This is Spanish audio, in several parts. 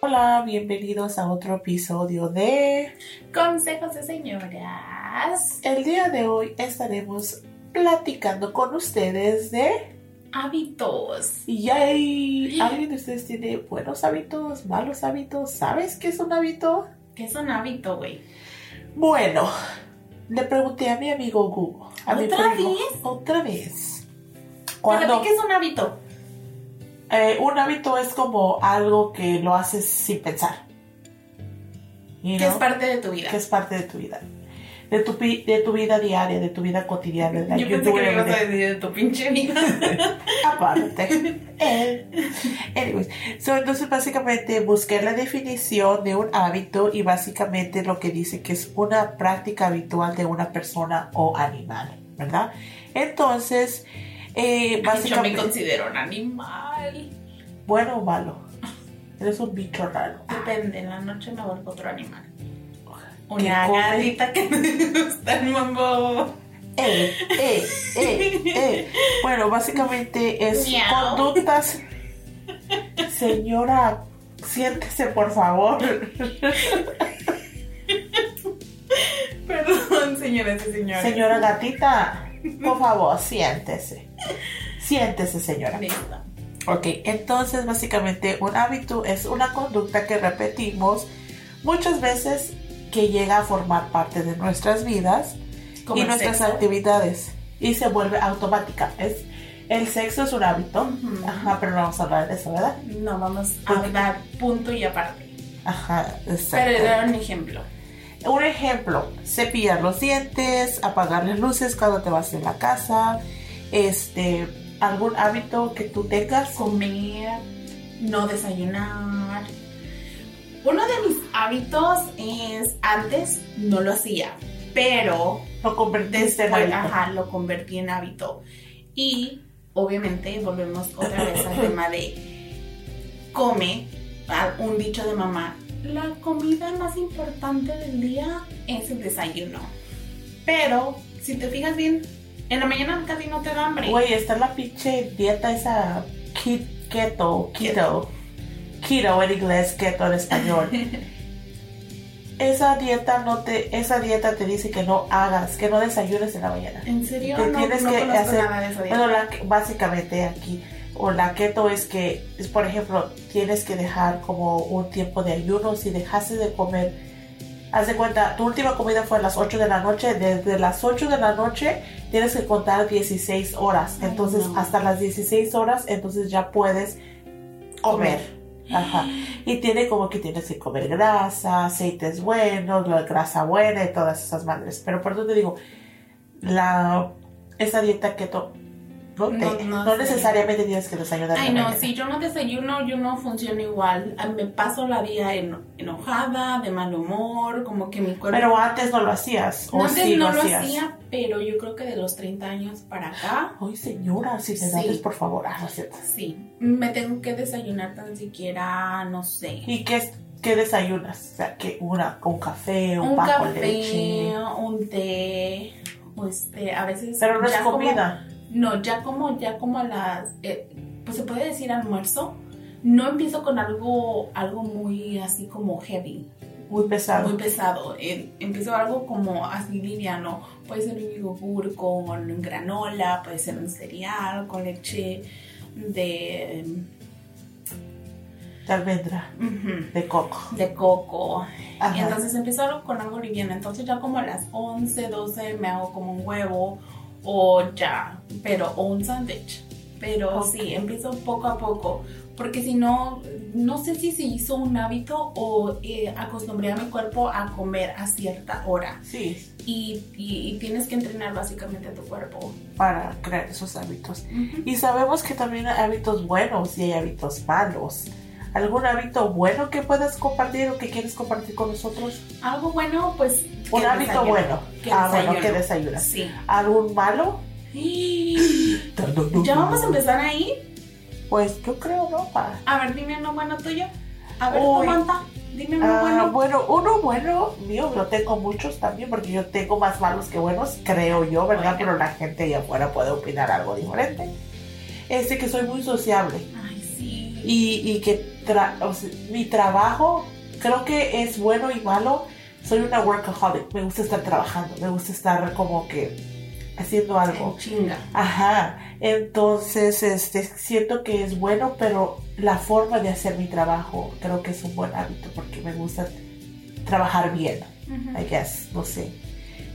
Hola, bienvenidos a otro episodio de... Consejos de señoras. El día de hoy estaremos platicando con ustedes de... Hábitos. Yay. ¿Alguien de ustedes tiene buenos hábitos, malos hábitos? ¿Sabes qué es un hábito? ¿Qué es un hábito, güey? Bueno, le pregunté a mi amigo Google. A mi ¿Otra primo, vez? Otra vez. ¿Para Cuando ti qué es un hábito? eh, un hábito es como algo que lo haces sin pensar. You Que es know? parte de tu vida. que es parte de tu vida. De tu, pi- de tu vida diaria, de tu vida cotidiana. like Yo you pensé do que me ibas everyday. a decir de tu pinche vida. Aparte. Eh. Anyways, so, entonces básicamente busqué la definición de un hábito y básicamente lo que dice que es una práctica habitual de una persona o animal, ¿verdad? Entonces, eh, Ay, Yo me básicamente, considero un animal. bueno o malo, eres un bicho raro. Depende, en la noche me vuelvo otro animal. ¿Qué Una come? gatita que me gusta el mambo. Eh, eh, eh, eh. Bueno, básicamente es Miau. conductas. Señora, siéntese por favor. Perdón, señoras y señores. Señora gatita, por favor, siéntese. Siéntese, señora. Listo. Ok, entonces básicamente un hábito es una conducta que repetimos muchas veces que llega a formar parte de nuestras vidas Como y el nuestras sexo. actividades y se vuelve automática. Es, el sexo es un hábito, Ujú. ajá, pero no vamos a hablar de eso, ¿verdad? No, vamos a dar punto y aparte. Ajá, exacto. Pero eh, era un ejemplo. Un ejemplo, cepillar los dientes, apagar las luces cuando te vas de la casa, este, algún hábito que tú tengas. comer, no desayunar. Uno de mis hábitos es, antes no lo hacía, pero Lo convertiste en después, hábito. ajá, lo convertí en hábito. Y obviamente volvemos otra vez al tema de come, a un dicho de mamá, la comida más importante del día es el desayuno. Pero si te fijas bien, en la mañana casi no te da hambre. Güey, está la pinche dieta esa ki- keto, keto, keto en inglés, keto en español. esa dieta no te, esa dieta te dice que no hagas, que no desayunes en la mañana. ¿En serio? Te no, tienes no que conozco hacer- nada de esa dieta. Bueno, la, básicamente aquí, o la keto es que, es, por ejemplo, tienes que dejar como un tiempo de ayuno. Si dejaste de comer, haz de cuenta, tu última comida fue a las 8 de la noche. Desde las 8 de la noche tienes que contar 16 horas. Ay, Entonces, no. hasta las 16 horas, entonces ya puedes comer. Ajá. Y tiene como que tienes que comer grasa, aceites buenos, la grasa buena y todas esas madres. Pero por eso te digo, la, esa dieta keto no, No, te- no no sé. necesariamente tienes que desayunar. Ay, en la no, mañana. si yo no desayuno, yo no funciono igual. Ah, Me paso la vida eno- enojada, de mal humor, como que mi cuerpo... Pero antes no lo hacías. O Antes sí no lo lo hacías. hacía, pero yo creo que de los 30 años para acá, Ay, señora, si me Sí. das, por favor. Ah, no es cierto. sí, me tengo que desayunar tan siquiera, no sé, ¿Y qué, es- qué desayunas? O sea, que una, un café, un, un pan café, con leche. un té, o este, a veces... Pero no es ya como- comida. No, ya como, ya como a las, eh, pues se puede decir almuerzo, no empiezo con algo, algo muy así como heavy, Muy pesado. muy pesado. Eh, empiezo algo como así liviano. Puede ser un yogur con granola, puede ser un cereal con leche de, De almendra, ujú, de coco. de coco. Ajá. Y entonces empiezo algo con algo liviano. Entonces ya como a las 11, 12 me hago como un huevo o ya, pero o un sándwich. Pero Ok. sí, empiezo poco a poco. Porque si no, no sé si se hizo un hábito o eh, acostumbré a mi cuerpo a comer a cierta hora. Sí, Y, y- y tienes que entrenar básicamente a tu cuerpo. para crear esos hábitos. Y sabemos que también hay hábitos buenos y hay hábitos malos. ¿Algún hábito bueno que puedas compartir o que quieres compartir con nosotros? Algo bueno, pues... Un que hábito desayuno. bueno. Que ah, bueno, que desayuno. desayunas. Sí. ¿Algún malo? ¿Ya vamos a empezar ahí? Pues yo creo, ¿no? Pa. A ver, dime uno bueno tuyo. A ver, Uy. tú, Manta, dime uno Ah, bueno. bueno, uno bueno mío, yo tengo muchos también porque yo tengo más malos que buenos, creo yo, ¿verdad? Bueno. Pero la gente allá afuera puede opinar algo diferente. Este que soy muy sociable. Ay, sí. y, y que tra- o sea, mi trabajo creo que es bueno y malo. Soy una workaholic, me gusta estar trabajando, me gusta estar como que haciendo algo. En chinga. Ajá, entonces este, siento que es bueno, pero la forma de hacer mi trabajo creo que es un buen hábito porque me gusta trabajar bien, I guess, no sé.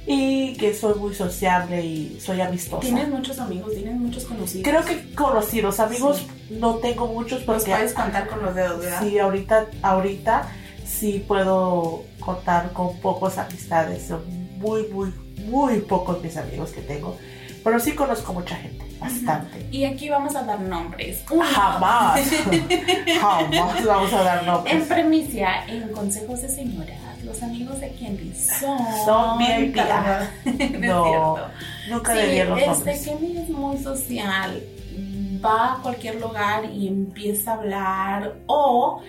Y que soy muy sociable y soy amistosa. Tienes muchos amigos, tienes muchos conocidos. Creo que conocidos, amigos no tengo muchos Los porque puedes contar con los dedos, ¿verdad? sí, ahorita, ahorita sí puedo contar con pocos amistades, son muy, muy, muy pocos mis amigos que tengo, pero sí conozco mucha gente, bastante. Y aquí vamos a dar nombres. Uno. Ah, Jamás. Jamás vamos a dar En nombres. premicia, en consejos de señoras, los amigos de Candy son. Son VIP. Caramba. no es No, cierto. Nunca Sí, le dieron los este nombres. Kenny es muy social. Va a cualquier lugar y empieza a hablar. O,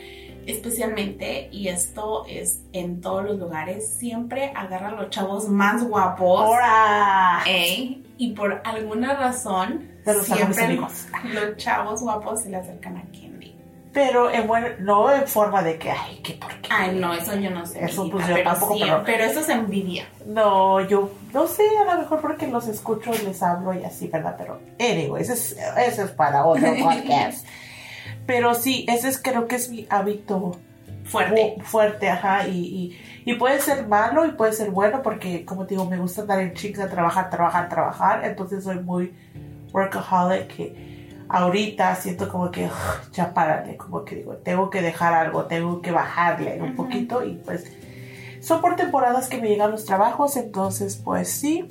especialmente, y esto es en todos los lugares, siempre agarra a los chavos más guapos. ¡Hora! ¿eh? Y por alguna razón, De los amigos, siempre amigos. los chavos guapos se le acercan a Kenny. Pero en buen- no en forma de que, ay, qué por qué. Ay, no, eso yo no sé. Eso, mijita, pues, yo pero tampoco, sí, pero- pero eso es envidia. No, yo no sé, a lo mejor porque los escucho, les hablo y así, ¿verdad? Pero, anyway, eso es, eso es para otro podcast. Pero sí, ese es, creo que es mi hábito Fuerte. fu- fuerte, ajá, y, y, y puede ser malo y puede ser bueno porque, como te digo, me gusta andar en chinga, trabajar, trabajar, trabajar, entonces soy muy workaholic que ahorita siento como que "Ugh, ya párale, como que digo, tengo que dejar algo, tengo que bajarle un Ujú. poquito y pues son por temporadas que me llegan los trabajos, entonces pues sí.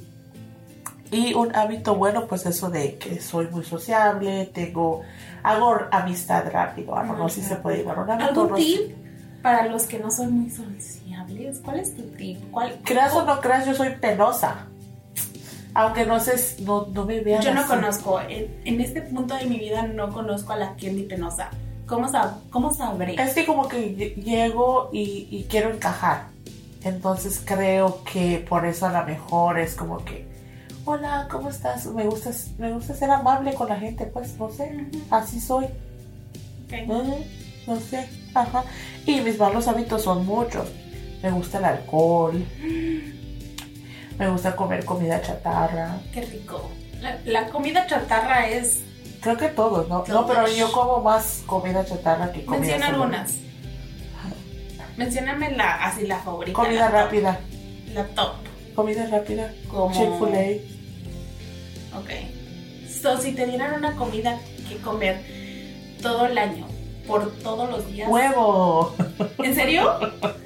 Y un hábito bueno, pues eso de que soy muy sociable, tengo, hago amistad rápido, no, no sé si se puede llamar un hábito. ¿Algún no sé. tip para los que no son muy sociables? ¿Cuál es tu tip? ¿Cuál? Creas o no creas, yo soy penosa. Aunque no sé, no, no me vean Yo no así. conozco, en, en este punto de mi vida no conozco a la Kendi penosa. ¿Cómo, sab- cómo sabré? Es que como que lle- llego y, y quiero encajar. Entonces creo que por eso a lo mejor es como que, hola, ¿cómo estás? Me gusta, me gusta ser amable con la gente, pues no sé, así soy. Ok. Mm, No sé, ajá. Y mis malos hábitos son muchos. Me gusta el alcohol, me gusta comer comida chatarra. Qué rico. La, la comida chatarra es... Creo que todos, ¿no? No, pero yo como más comida chatarra que comida Menciona saludable. algunas. Mencióname la, así la favorita. Comida la rápida. Top, la top. Comida rápida. Como... Chick-fil-A. Ok. So, si te dieran una comida que comer todo el año, por todos los días. Huevo. ¿En serio?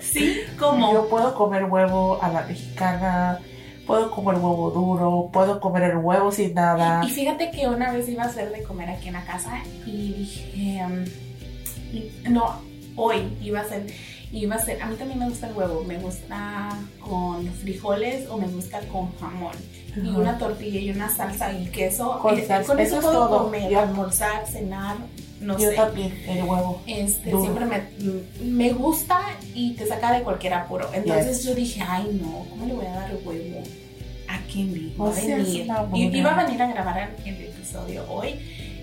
Sí, como. Yo puedo comer huevo a la mexicana. Puedo comer huevo duro. Puedo comer el huevo sin nada. Y fíjate que una vez iba a hacer de comer aquí en la casa y dije. em, y- no, hoy iba a hacer. Iba a hacer. A mí también me gusta el huevo. Me gusta con frijoles o me gusta con jamón. Y Ajá. una tortilla y una salsa y queso. Con Eh, salsa, con eso, eso es puedo todo. comer, Yo- almorzar, cenar, no Yo sé. también, el huevo. Este, Duro. siempre me, me gusta y te saca de cualquier apuro. Entonces yo dije, ay no, ¿cómo le voy a dar huevo a Kimmy? Va No a seas venir. mamona. Y, iba a venir a grabar el episodio hoy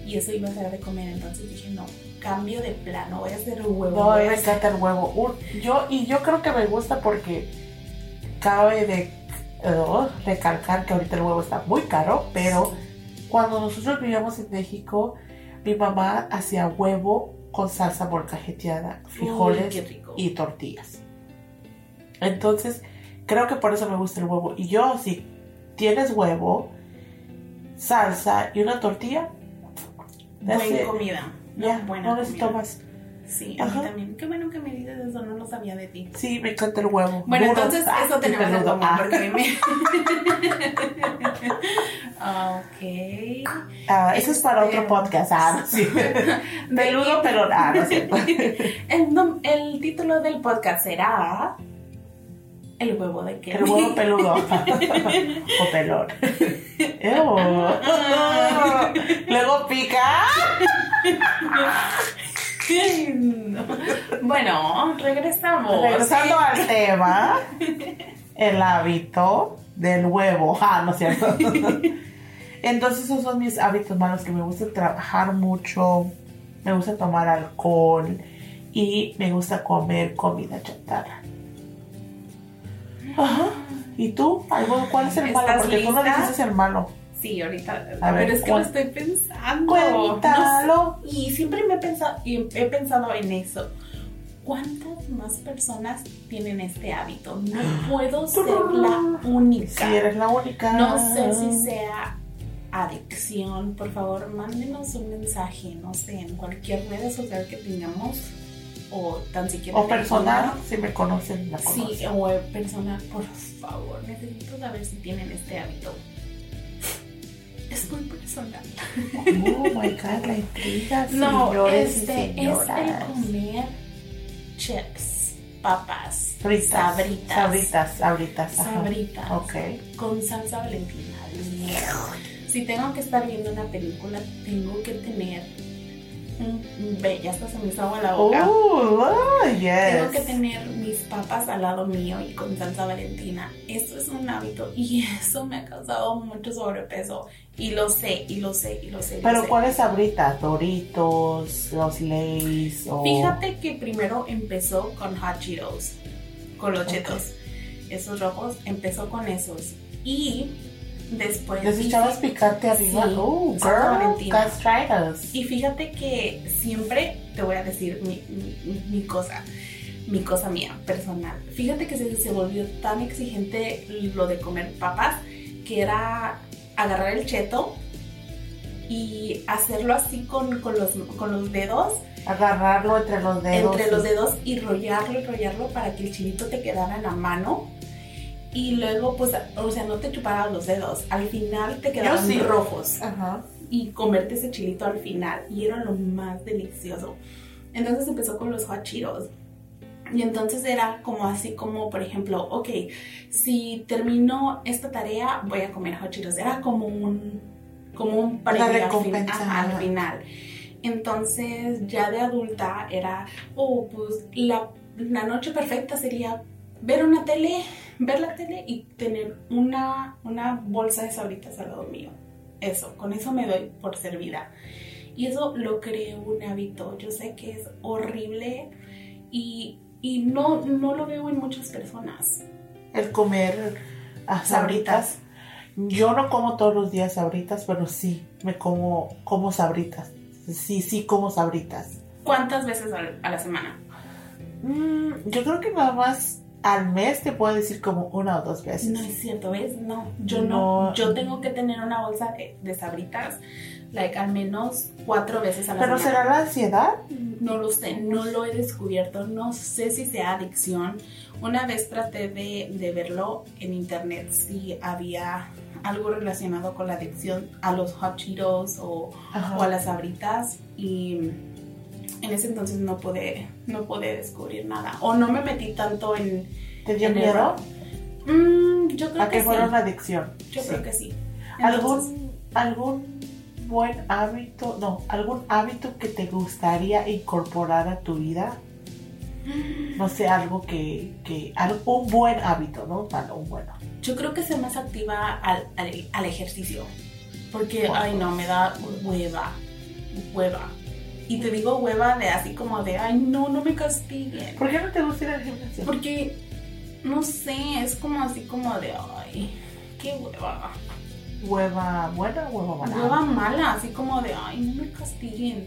y eso iba a ser de comer. Entonces dije, no, cambio de plano, voy a hacer huevo. No, me encanta el huevo. Un- yo, y yo creo que me gusta porque cabe de oh, recalcar que ahorita el huevo está muy caro, pero cuando nosotros vivíamos en México, mi mamá hacía huevo con salsa molcajeteada, Uy, frijoles qué rico. y tortillas. Entonces, creo que por eso me gusta el huevo. Y yo, si tienes huevo, salsa y una tortilla, Buena that's it. comida. ya, buena no necesito comida. más. Sí, a Ajá. mí también. Qué bueno que me dices eso, no lo sabía de ti. Sí, me encanta el huevo. Bueno, Duro. entonces Ah, eso y tenemos en peludo. común, Ah, porque a mí me... ok. ah, eso es para otro Este- podcast. Ah, no, sí. Peludo, pero ah, no es cierto. El, nom- el título del podcast será El huevo de Kelly. El huevo peludo. o pelón. Ew. Luego pica. bueno, regresamos. Regresando al tema, el hábito del huevo. Ah, no es cierto. Entonces esos son mis hábitos malos que me gusta trabajar mucho. me gusta tomar alcohol y me gusta comer comida chatarra. Ajá. ¿Y tú? ¿Algo, ¿Cuál es el malo? ¿Estás Porque tú no lista? dijiste el malo. Sí, ahorita. A A ver, ver, es que lo cuán- estoy pensando. No Cuéntalo. sé, y siempre me he pensado, y he pensado en eso. ¿Cuántas más personas tienen este hábito? No puedo ser la única. Si eres la única. No sé si sea adicción. Por favor, mándenos un mensaje, no sé, en cualquier red social que tengamos. O tan siquiera. O personal, si me conocen, la conocen. Sí, o persona, por favor, necesito saber si tienen este hábito. Es muy personal. Oh my god, la intriga. No, señores y este es señoras. el comer chips, papas, Fritas. sabritas, Sabritas, sabritas. ajá. sabritas, Ok. con salsa valentina. Si tengo que estar viendo una película, tengo que tener un ve, ya hasta se me hizo agua la boca. Oh, yes. Tengo que tener mis papas al lado mío y con salsa valentina. Eso es un hábito y eso me ha causado mucho sobrepeso. Y lo sé, y lo sé, y lo sé. y lo Pero sé. ¿cuáles sabritas? Doritos, los Lays o Oh. Fíjate que primero empezó con Hot Cheetos, con los chetos, esos rojos, empezó con esos. Y después... les echabas picante arriba. Sí, oh, San girl, Valentina. that's right us. Y fíjate que siempre te voy a decir mi, mi- mi cosa, mi cosa mía, personal. Fíjate que se, se volvió tan exigente lo de comer papas que era agarrar el cheto y hacerlo así con, con los, con los dedos, Agarrarlo entre los dedos. entre los dedos y rollarlo y rollarlo para que el chilito te quedara en la mano. Y luego, pues, o sea, no te chuparas los dedos. Al final te quedaban sí. rojos Ajá. y comerte ese chilito al final y era lo más delicioso. Entonces empezó con los hot Cheetos. Y entonces era como así como, por ejemplo, ok, si termino esta tarea voy a comer hot Cheetos. Era como un, como un premio al fin- recompensa, ajá, al ajá. final. Entonces ya de adulta era, oh, pues la, la noche perfecta sería ver una tele, ver la tele y tener una, una bolsa de sabritas al lado mío. Eso, con eso me doy por servida. Y eso lo creo un hábito. Yo sé que es horrible y, y no, no lo veo en muchas personas. El comer ah, sabritas. Yo no como todos los días sabritas, pero sí me como como sabritas. Sí, sí como sabritas. ¿Cuántas veces al- a la semana? Mm, yo creo que nada más al mes te puedo decir como una o dos veces. No es cierto, ¿ves? No, yo no. Pues No. Yo tengo que tener una bolsa de, de sabritas, like al menos cuatro veces a la Pero semana. será la ansiedad. No lo sé, no lo he descubierto, no sé si sea adicción. Una vez traté de, de verlo en internet si había algo relacionado con la adicción a los hot Cheetos o, Ajá. o a las sabritas y en ese entonces no pude, no pude descubrir nada o no me metí tanto en... ¿Te dio en el- miedo? Mm, yo creo ¿A que que sí, fuera una adicción? yo Sí. creo que sí. Entonces, ¿Algún, ¿Algún buen hábito, no, algún hábito que te gustaría incorporar a tu vida? No sé, algo que, que al- un buen hábito, ¿no? Malo, un bueno. Yo creo que soy más activa al, al- al ejercicio. Porque, Wow. ay, no, me da hueva. Hueva. Y te digo hueva de así como de, ay, no, no me castiguen. ¿Por qué no te gusta ir al gimnasio? Porque, no sé, es como así como de, ay, qué hueva. ¿Hueva buena o hueva mala? Hueva mala, así como de, ay, no me castiguen.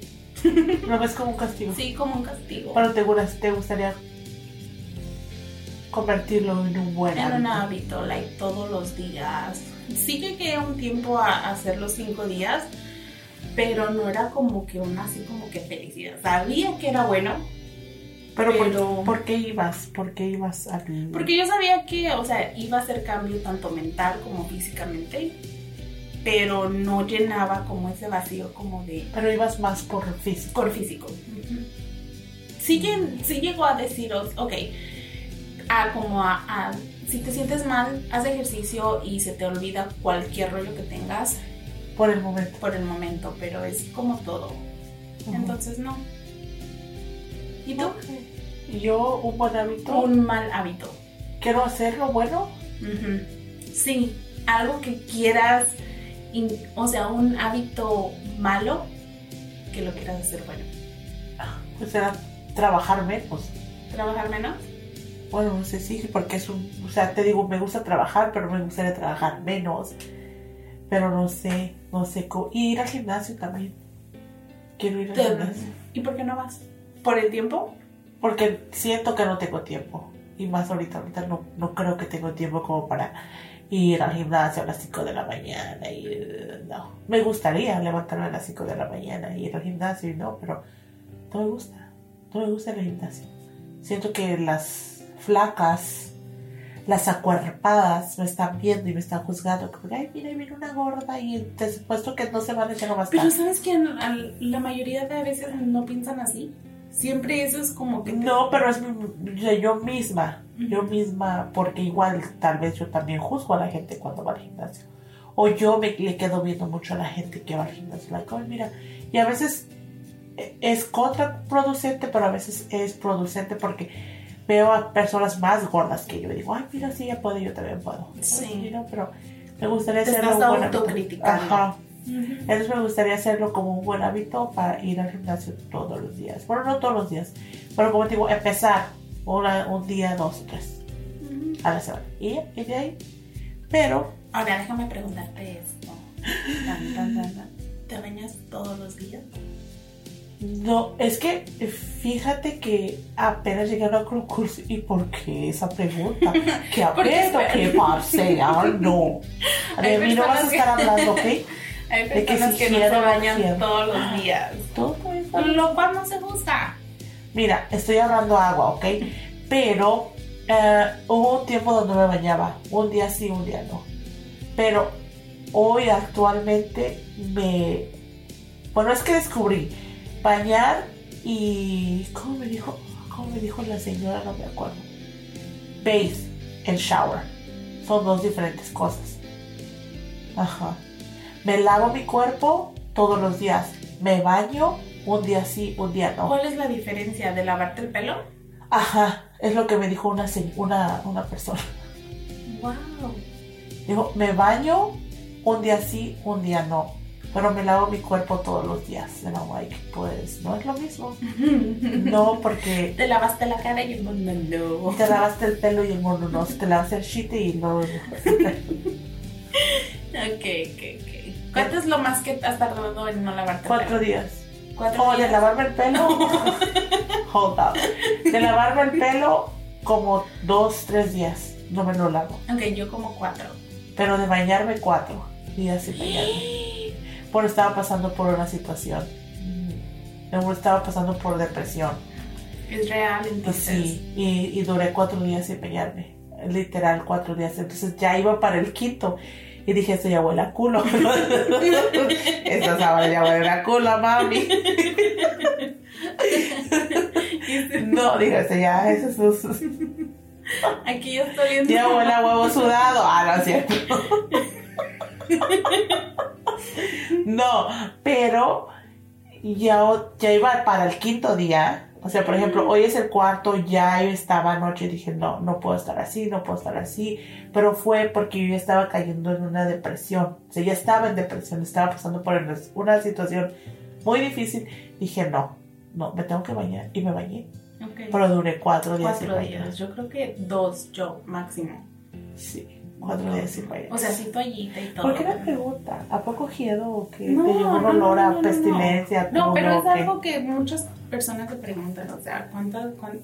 ¿Lo ves como un castigo? Sí, como un castigo. Pero te, gu- te gustaría convertirlo en un buen Era un hábito. hábito, like, todos los días. Sí llegué un tiempo a a hacer los cinco días, pero no era como que una así como que felicidad. Sabía que era bueno, Pero, ¿por- Pero- ¿por, qué ibas? ¿Por qué ibas al porque yo sabía que, o sea, iba a hacer cambio tanto mental como físicamente, pero no llenaba como ese vacío como de Pero ibas más por físico. por físico. Sí, que- sí llegó a deciros, ok, a como a, a- si te sientes mal, haz ejercicio y se te olvida cualquier rollo que tengas Por el momento. por el momento, pero es como todo. Entonces no. ¿Y tú? Yo, un buen hábito. Un mal hábito. Quiero hacerlo bueno. Ujú. Sí, algo que quieras, in- o sea, un hábito malo que lo quieras hacer bueno. Pues era trabajar menos. ¿Trabajar menos? Bueno, no sé si, porque es un. O sea, te digo, me gusta trabajar, pero me gustaría trabajar menos. Pero no sé, no sé cómo. Y ir al gimnasio también. Quiero ir al Te- gimnasio. ¿Y por qué no vas? ¿Por el tiempo? Porque siento que no tengo tiempo. Y más ahorita, ahorita no, no creo que tengo tiempo como para ir al gimnasio a las 5 de la mañana. Y, eh, no. Me gustaría levantarme a las 5 de la mañana y ir al gimnasio y no, pero no me gusta. No me gusta el gimnasio. Siento que las flacas, las acuerpadas me están viendo y me están juzgando. Como, ay, mira, ahí viene una gorda y te supuesto que no se van a echar más Pero sabes que al- al- la mayoría de veces no piensan así. Siempre eso es como que... No, pero es mi- yo- yo misma, yo misma, porque igual tal vez yo también juzgo a la gente cuando va al gimnasio. O yo me le quedo viendo mucho a la gente que va al gimnasio, like, "Ay, mira, y a veces e- es contraproducente, pero a veces es producente porque veo a personas más gordas que yo y digo, ay, mira, sí, ya puedo, yo también puedo. Sí. Ay, no, pero me gustaría Te hacerlo estás un buen hábito. autocriticando. Ajá. Ujú. Entonces me gustaría hacerlo como un buen hábito para ir al gimnasio todos los días. Bueno, no todos los días, pero como te digo, empezar una- un día, dos, tres Ujú. a la semana. Y, ya, y de ahí. Pero Ahora déjame preguntarte esto. Tan, tan, tan, tan. ¿Te bañas todos los días? no, es que fíjate que apenas llegué a una concurso. ¿Y por qué esa pregunta? Que Porque aprendo espera. que parce, ahora no. Hay De mí no vas a personas que- estar hablando, ¿ok? Hay De que personas si que, no se quiero, bañan quiero. todos los días. Todo eso. Lo cual no se juzga. Mira, estoy ahorrando agua, ¿ok? Pero eh, hubo un tiempo donde me bañaba, un día sí, un día no. Pero hoy actualmente me... Bueno, es que descubrí bañar y... ¿Cómo me dijo? ¿Cómo me dijo la señora? No me acuerdo. Bathe and shower. Son dos diferentes cosas. Ajá. Me lavo mi cuerpo todos los días. Me baño un día sí, un día no. ¿Cuál es la diferencia de lavarte el pelo? Ajá, es lo que me dijo una, se- una, una persona. Wow. Dijo, me baño un día sí, un día no. Pero me lavo mi cuerpo todos los días. And I'm like, pues no es lo mismo. No, porque Te lavaste la cara y el mundo no. te lavaste el pelo y el mono no. Te lavaste el shit y no. Ok, ok, ok. ¿Cuánto es lo más que has tardado en no lavarte Cuatro el días. pelo? Cuatro O de días. lavarme el pelo. Hold up. De lavarme el pelo como dos, tres días. No me lo lavo. Ok, yo como cuatro. Pero de bañarme cuatro días sin bañarme. por estaba pasando por una situación. Yo Estaba pasando por depresión. Es real, Y entonces. Pues sí, y, y duré cuatro días sin bañarme. Literal, cuatro días. Entonces ya iba para el quinto. Y dije, esto ya huele a culo. Esto ahora ya huele a culo, mami. No, dije, esto ya, eso es- eso es- Aquí yo estoy viendo. ya huele a huevo sudado. Ah, no es cierto. No, pero ya, o- ya iba para el quinto día. O sea, por ejemplo, Mm. hoy es el cuarto, ya yo estaba anoche y dije, no, no puedo estar así, no puedo estar así. Pero fue porque yo ya estaba cayendo en una depresión. O sea, ya estaba en depresión, estaba pasando por una- una situación muy difícil. Dije, no, no, me tengo que bañar. Y me bañé. Ok. Pero duré cuatro días sin Cuatro bañar. días. Yo creo que dos, yo máximo. Sí, cuatro días sin bañar. O sea, sí, toallita y todo. ¿Por qué me pregunta? ¿A poco Giedo o que No, te llegó un no, olor no, a no, no, pestilencia? a No, todo, pero es o qué? algo que muchas personas te preguntan. O sea, ¿cuántas, cuán-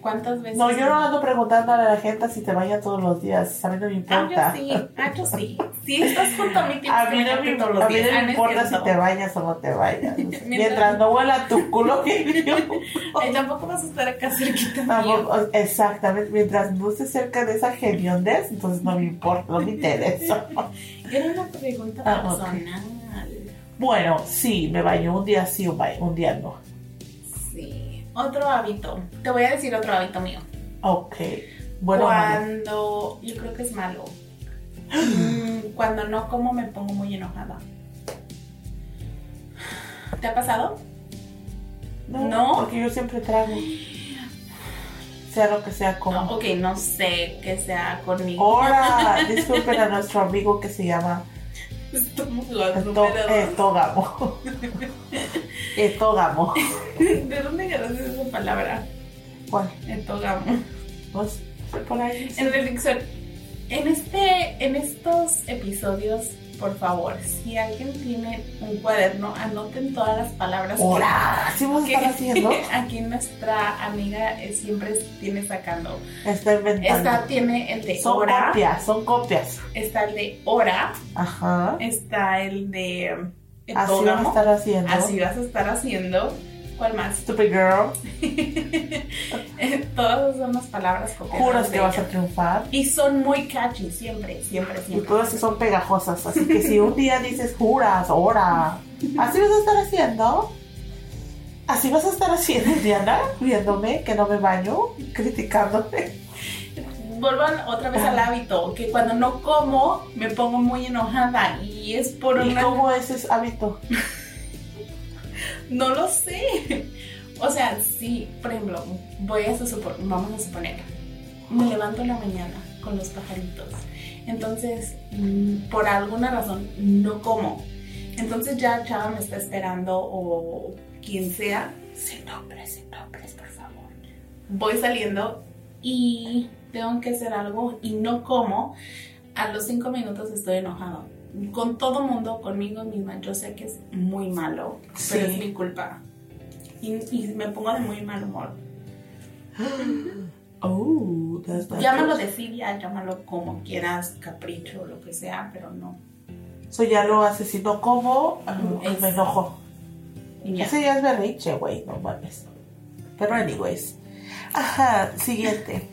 cuántas veces? No, yo no ando preguntando a la gente si te baña todos los días. A mí no me importa. Ah, yo sí, ah, yo sí. Si estás junto a mí, tienes A que mí no bañarte me, todos los a mí días. no me Ah, es importa si cierto. te bañas o no te bañas. O sea, Mientras- Mientras no huela tu culo que yo. Ay, tampoco vas a estar acá cerquita. Ah, mío. Tampoco- exactamente, mientras no esté cerca de esa geniondez, entonces no me importa, no me interesa. Era una pregunta Ah, ok. personal. Bueno, sí, me baño un día sí, un ba- un día no. Sí. Otro hábito. Te voy a decir otro hábito mío. Ok, bueno, María. cuando yo creo que es malo. Mm, cuando no como me pongo muy enojada. ¿Te ha pasado? No, No. porque yo siempre trago. Sea lo que sea No, como. ok, no sé que sea conmigo. Oh. Ahora, disculpen a nuestro amigo que se llama Estamos los Esto, números. estógamo. estógamo. ¿De dónde agarraste esa palabra? ¿Cuál? Entogamo. Pues, por ahí. sí. En reflexión, en, este, en estos episodios, por favor, si alguien tiene un cuaderno, anoten todas las palabras que- Hola, ¿sí vamos a que estar haciendo? aquí nuestra amiga eh, siempre tiene sacando. Está inventando. Esta tiene el de son hora, copias, son copias. está el de hora, Ajá. está el de em, Así vamos a entógamo. estar haciendo. Así vas a estar haciendo. ¿Cuál más? Stupid girl, Todas son las palabras copiadas juras de que vas ella. a triunfar. Y son muy catchy, siempre, siempre, Y siempre. todas son pegajosas, así que si un día dices juras, hora, así vas a estar haciendo. Así vas a estar haciendo, Diana, viéndome que no me baño, criticándome. Vuelvan otra vez Ah. al hábito, que cuando no como me pongo muy enojada y es por ¿Y una... cómo es ese hábito? No lo sé. O sea, sí, por ejemplo, voy a suponer, vamos a suponer, me levanto en la mañana con los pajaritos. Entonces, mm, por alguna razón, no como. Entonces ya Chava me está esperando o quien sea. Sin nombres, sin nombres, por favor. Voy saliendo y tengo que hacer algo y no como. A los cinco minutos estoy enojado. Con todo mundo, conmigo misma. Yo sé que es muy malo, pero Sí. es mi culpa. Y, y me pongo de muy mal humor. Oh, that's not Llámalo desidia, llámalo como quieras, capricho, lo que sea, pero no. good. So ya lo haces, si no como, ah, Mm, Es- me enojo. Y ya. Ese ya es berrinche, güey, no mames. Pero anyways. Ajá, siguiente.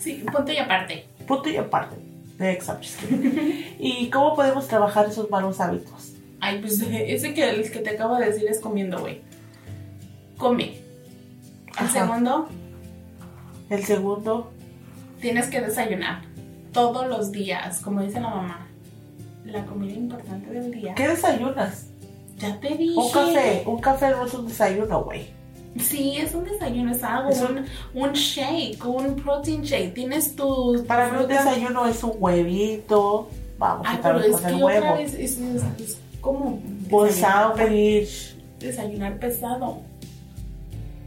Sí, punto y aparte. Punto y aparte. Next, I'm just kidding. ¿Y cómo podemos trabajar esos malos hábitos? Ay, pues ese que, el que te acabo de decir es comiendo, güey. Come. El Ajá. segundo, El segundo, tienes que desayunar todos los días, como dice la mamá. La comida importante del día. ¿qué desayunas? Ya te dije. Un café, un café no es un desayuno, güey. Sí, es un desayuno, es algo, Es un, un shake, un protein shake. Tienes tus Para mí un frutas- desayuno es un huevito, vamos Ay, a pero tal es Ah, con que el otra huevo, vez es, es- es como un desayunar, sándwich, desayunar pesado.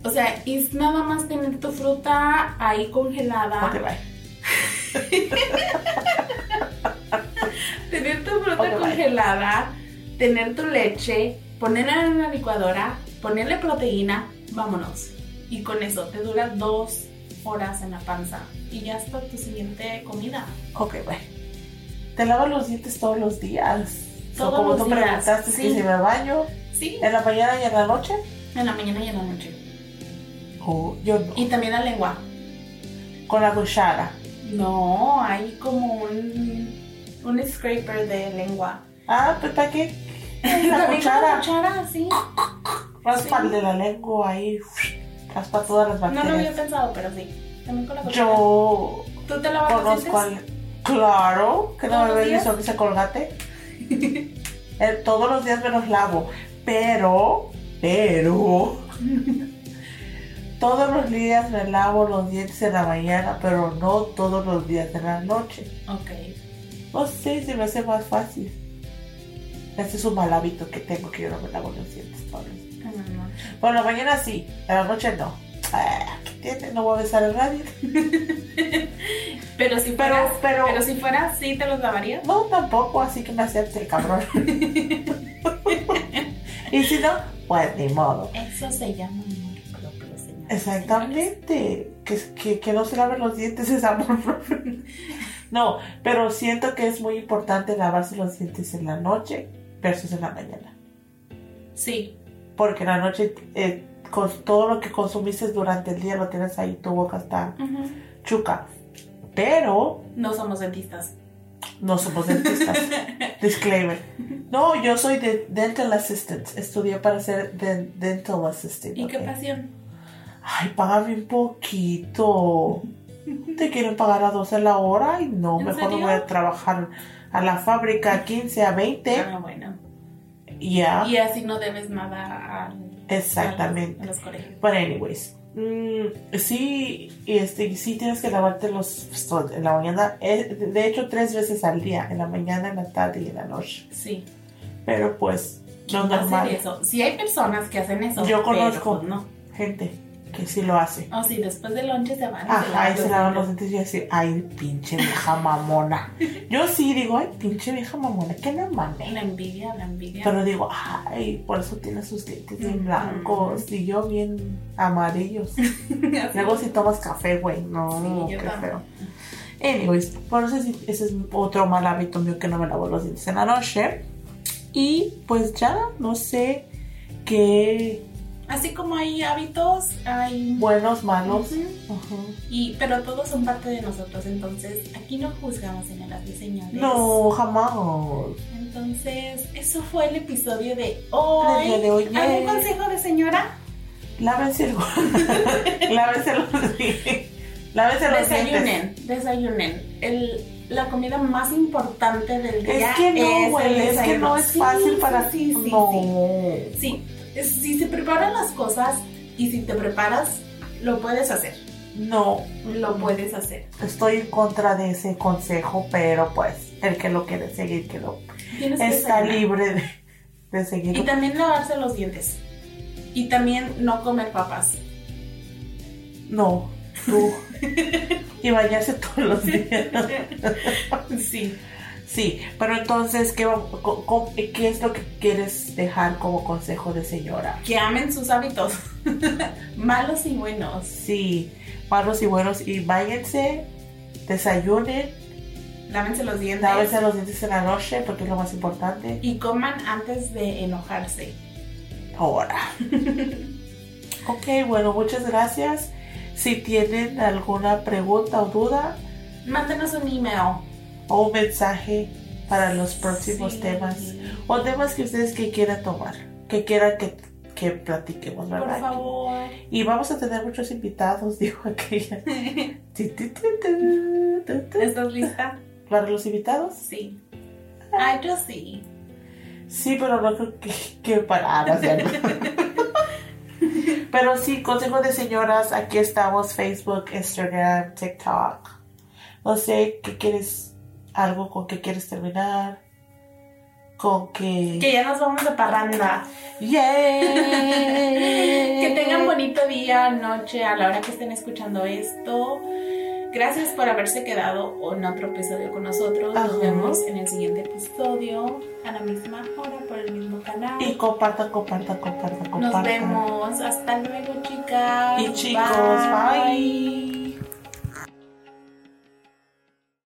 O sea, es nada más tener tu fruta ahí no te congelada. vayas. Tener tu fruta Ok, bye. congelada, tener tu leche, ponerla en la licuadora, ponerle proteína, vámonos. Y con eso te dura dos horas en la panza. Y ya está tu siguiente comida. Ok, bueno. Te lavas los dientes todos los días. Todos o como los tú días, preguntaste sí. que si me baño Sí, en la mañana y en la noche. en la mañana y en la noche. Oh, yo no. Y también la lengua. Con la cuchara. No, hay como un, un scraper de lengua. Ah, pues ¿para qué? También La con cuchara. cuchara, sí. Raspa Sí. el de la lengua ahí. Raspa todas las No lo había bacterias. pensado, pero sí. También con la cuchara. yo ¿Tú te lavas los conozco dientes? al. Claro, que no ¿Todos me los ven mi días? sonrisa colgate. Eh, todos los días me los lavo. Pero, pero. Todos los días me lavo los dientes en la mañana, pero no todos los días en la noche. Ok. No sé si me hace más fácil. Ese es un mal hábito que tengo, que yo no me lavo los dientes todos los días. No, Ah, no, no. Bueno, la mañana sí, en la noche no. Ah, ¿Qué tiene? No voy a besar a nadie. Pero si Pero, fueras, pero, pero si fueras, sí te los lavarías. no tampoco, así que me acepte el cabrón. y si no, pues ni modo. Eso se llama amor propio, señor. Exactamente. Que, que, que no se laven los dientes es amor propio. No, pero siento que es muy importante lavarse los dientes en la noche versus en la mañana. Sí. Porque en la noche, eh, con todo lo que consumiste durante el día, lo tienes ahí, tu boca está Ujú. chuca. Pero No somos dentistas. No somos dentistas. Disclaimer. No, yo soy de dental assistant. Estudié para ser den- dental assistant. ¿Y qué ok. pasión? Ay, págame un poquito. ¿Te quieren pagar a 12 la hora? Ay, no, ¿En mejor serio? voy a trabajar a la fábrica a 15, a 20. Ah, bueno. Ya, Y así no debes nada al- exactamente. a los, a los colegios. But anyways, mm, sí, este, sí tienes que lavarte los pues, en la mañana, eh, de hecho tres veces al día, en la mañana, en la tarde y en la noche. Sí. Pero pues, no es No hacen normal. eso. Sí hay personas que hacen eso. Yo pero, conozco. pues, no. Gente que sí lo hace. Oh, sí, después del lonche se van. y se Ajá, lavan y se los lavan dientes. los dientes y yo así, ay, pinche vieja mamona. Yo sí digo, ay, pinche vieja mamona, que no mames. La envidia, la envidia. Pero digo, ay, por eso tiene sus dientes bien Ujú. blancos y yo bien amarillos. Luego si tomas café, güey, no, Sí, yo qué tampoco. feo. Anyways, por eso sí, ese es otro mal hábito mío que no me lavo los dientes en la noche. Y pues ya, no sé qué Así como hay hábitos, hay buenos, malos. Ujú. Ujú. Y, pero todos son parte de nosotros, entonces aquí no juzgamos, señoras y señores. No, jamás. Entonces, eso fue el episodio de El hoy. día de hoy, ¿Algún yay. consejo de señora? Lávense el Lávense los dientes. Lávense los dientes. Desayunen, desayunen. El, la comida más importante del día Es que no, el güey, es que desayuno. no es Sí, fácil sí, para sí, sí, no. sí. Sí, es- si se preparan las cosas y si te preparas, lo puedes hacer. No, Lo puedes hacer. estoy en contra de ese consejo, pero pues el que lo quiere seguir, que lo Tienes que está desayunar. libre de, de Y seguirlo. también lavarse los dientes. Y también no comer papas. No, tú. y bañarse todos los días. sí. Sí, pero entonces, ¿qué, va- co- co- ¿qué es lo que quieres dejar como consejo de señora? Que amen sus hábitos. Malos y buenos. Sí, malos y buenos, y váyanse, desayunen, Lávense los dientes. lávense los dientes en la noche, porque es lo más importante. Y coman antes de enojarse. Ahora. ok, bueno, muchas gracias. Si tienen alguna pregunta o duda, Mándenos un email. o un mensaje para los próximos Sí. temas o temas que ustedes que quieran tomar, que quieran que, que platiquemos, ¿verdad? Por favor. Y vamos a tener muchos invitados, dijo aquella. Ti, ti, ti, tu, tu, tu. ¿Estás lista? ¿Para los invitados? Sí. Ay, yo sí. Sí, pero no creo que, que para... ah, no sé, no. pero sí, consejo de señoras, aquí estamos, Facebook, Instagram, TikTok. No sé, ¿qué quieres? ¿Algo con que quieres terminar? ¿Con Que ya nos vamos de parranda. ¡Yay! Que tengan bonito día, noche, a la hora que estén escuchando esto. Gracias por haberse quedado en otro episodio con nosotros. Ajá. Nos vemos en el siguiente episodio, a la misma hora, por el mismo canal. Y compartan, compartan, compartan, compartan. Nos vemos. Hasta luego, chicas. Y chicos, bye.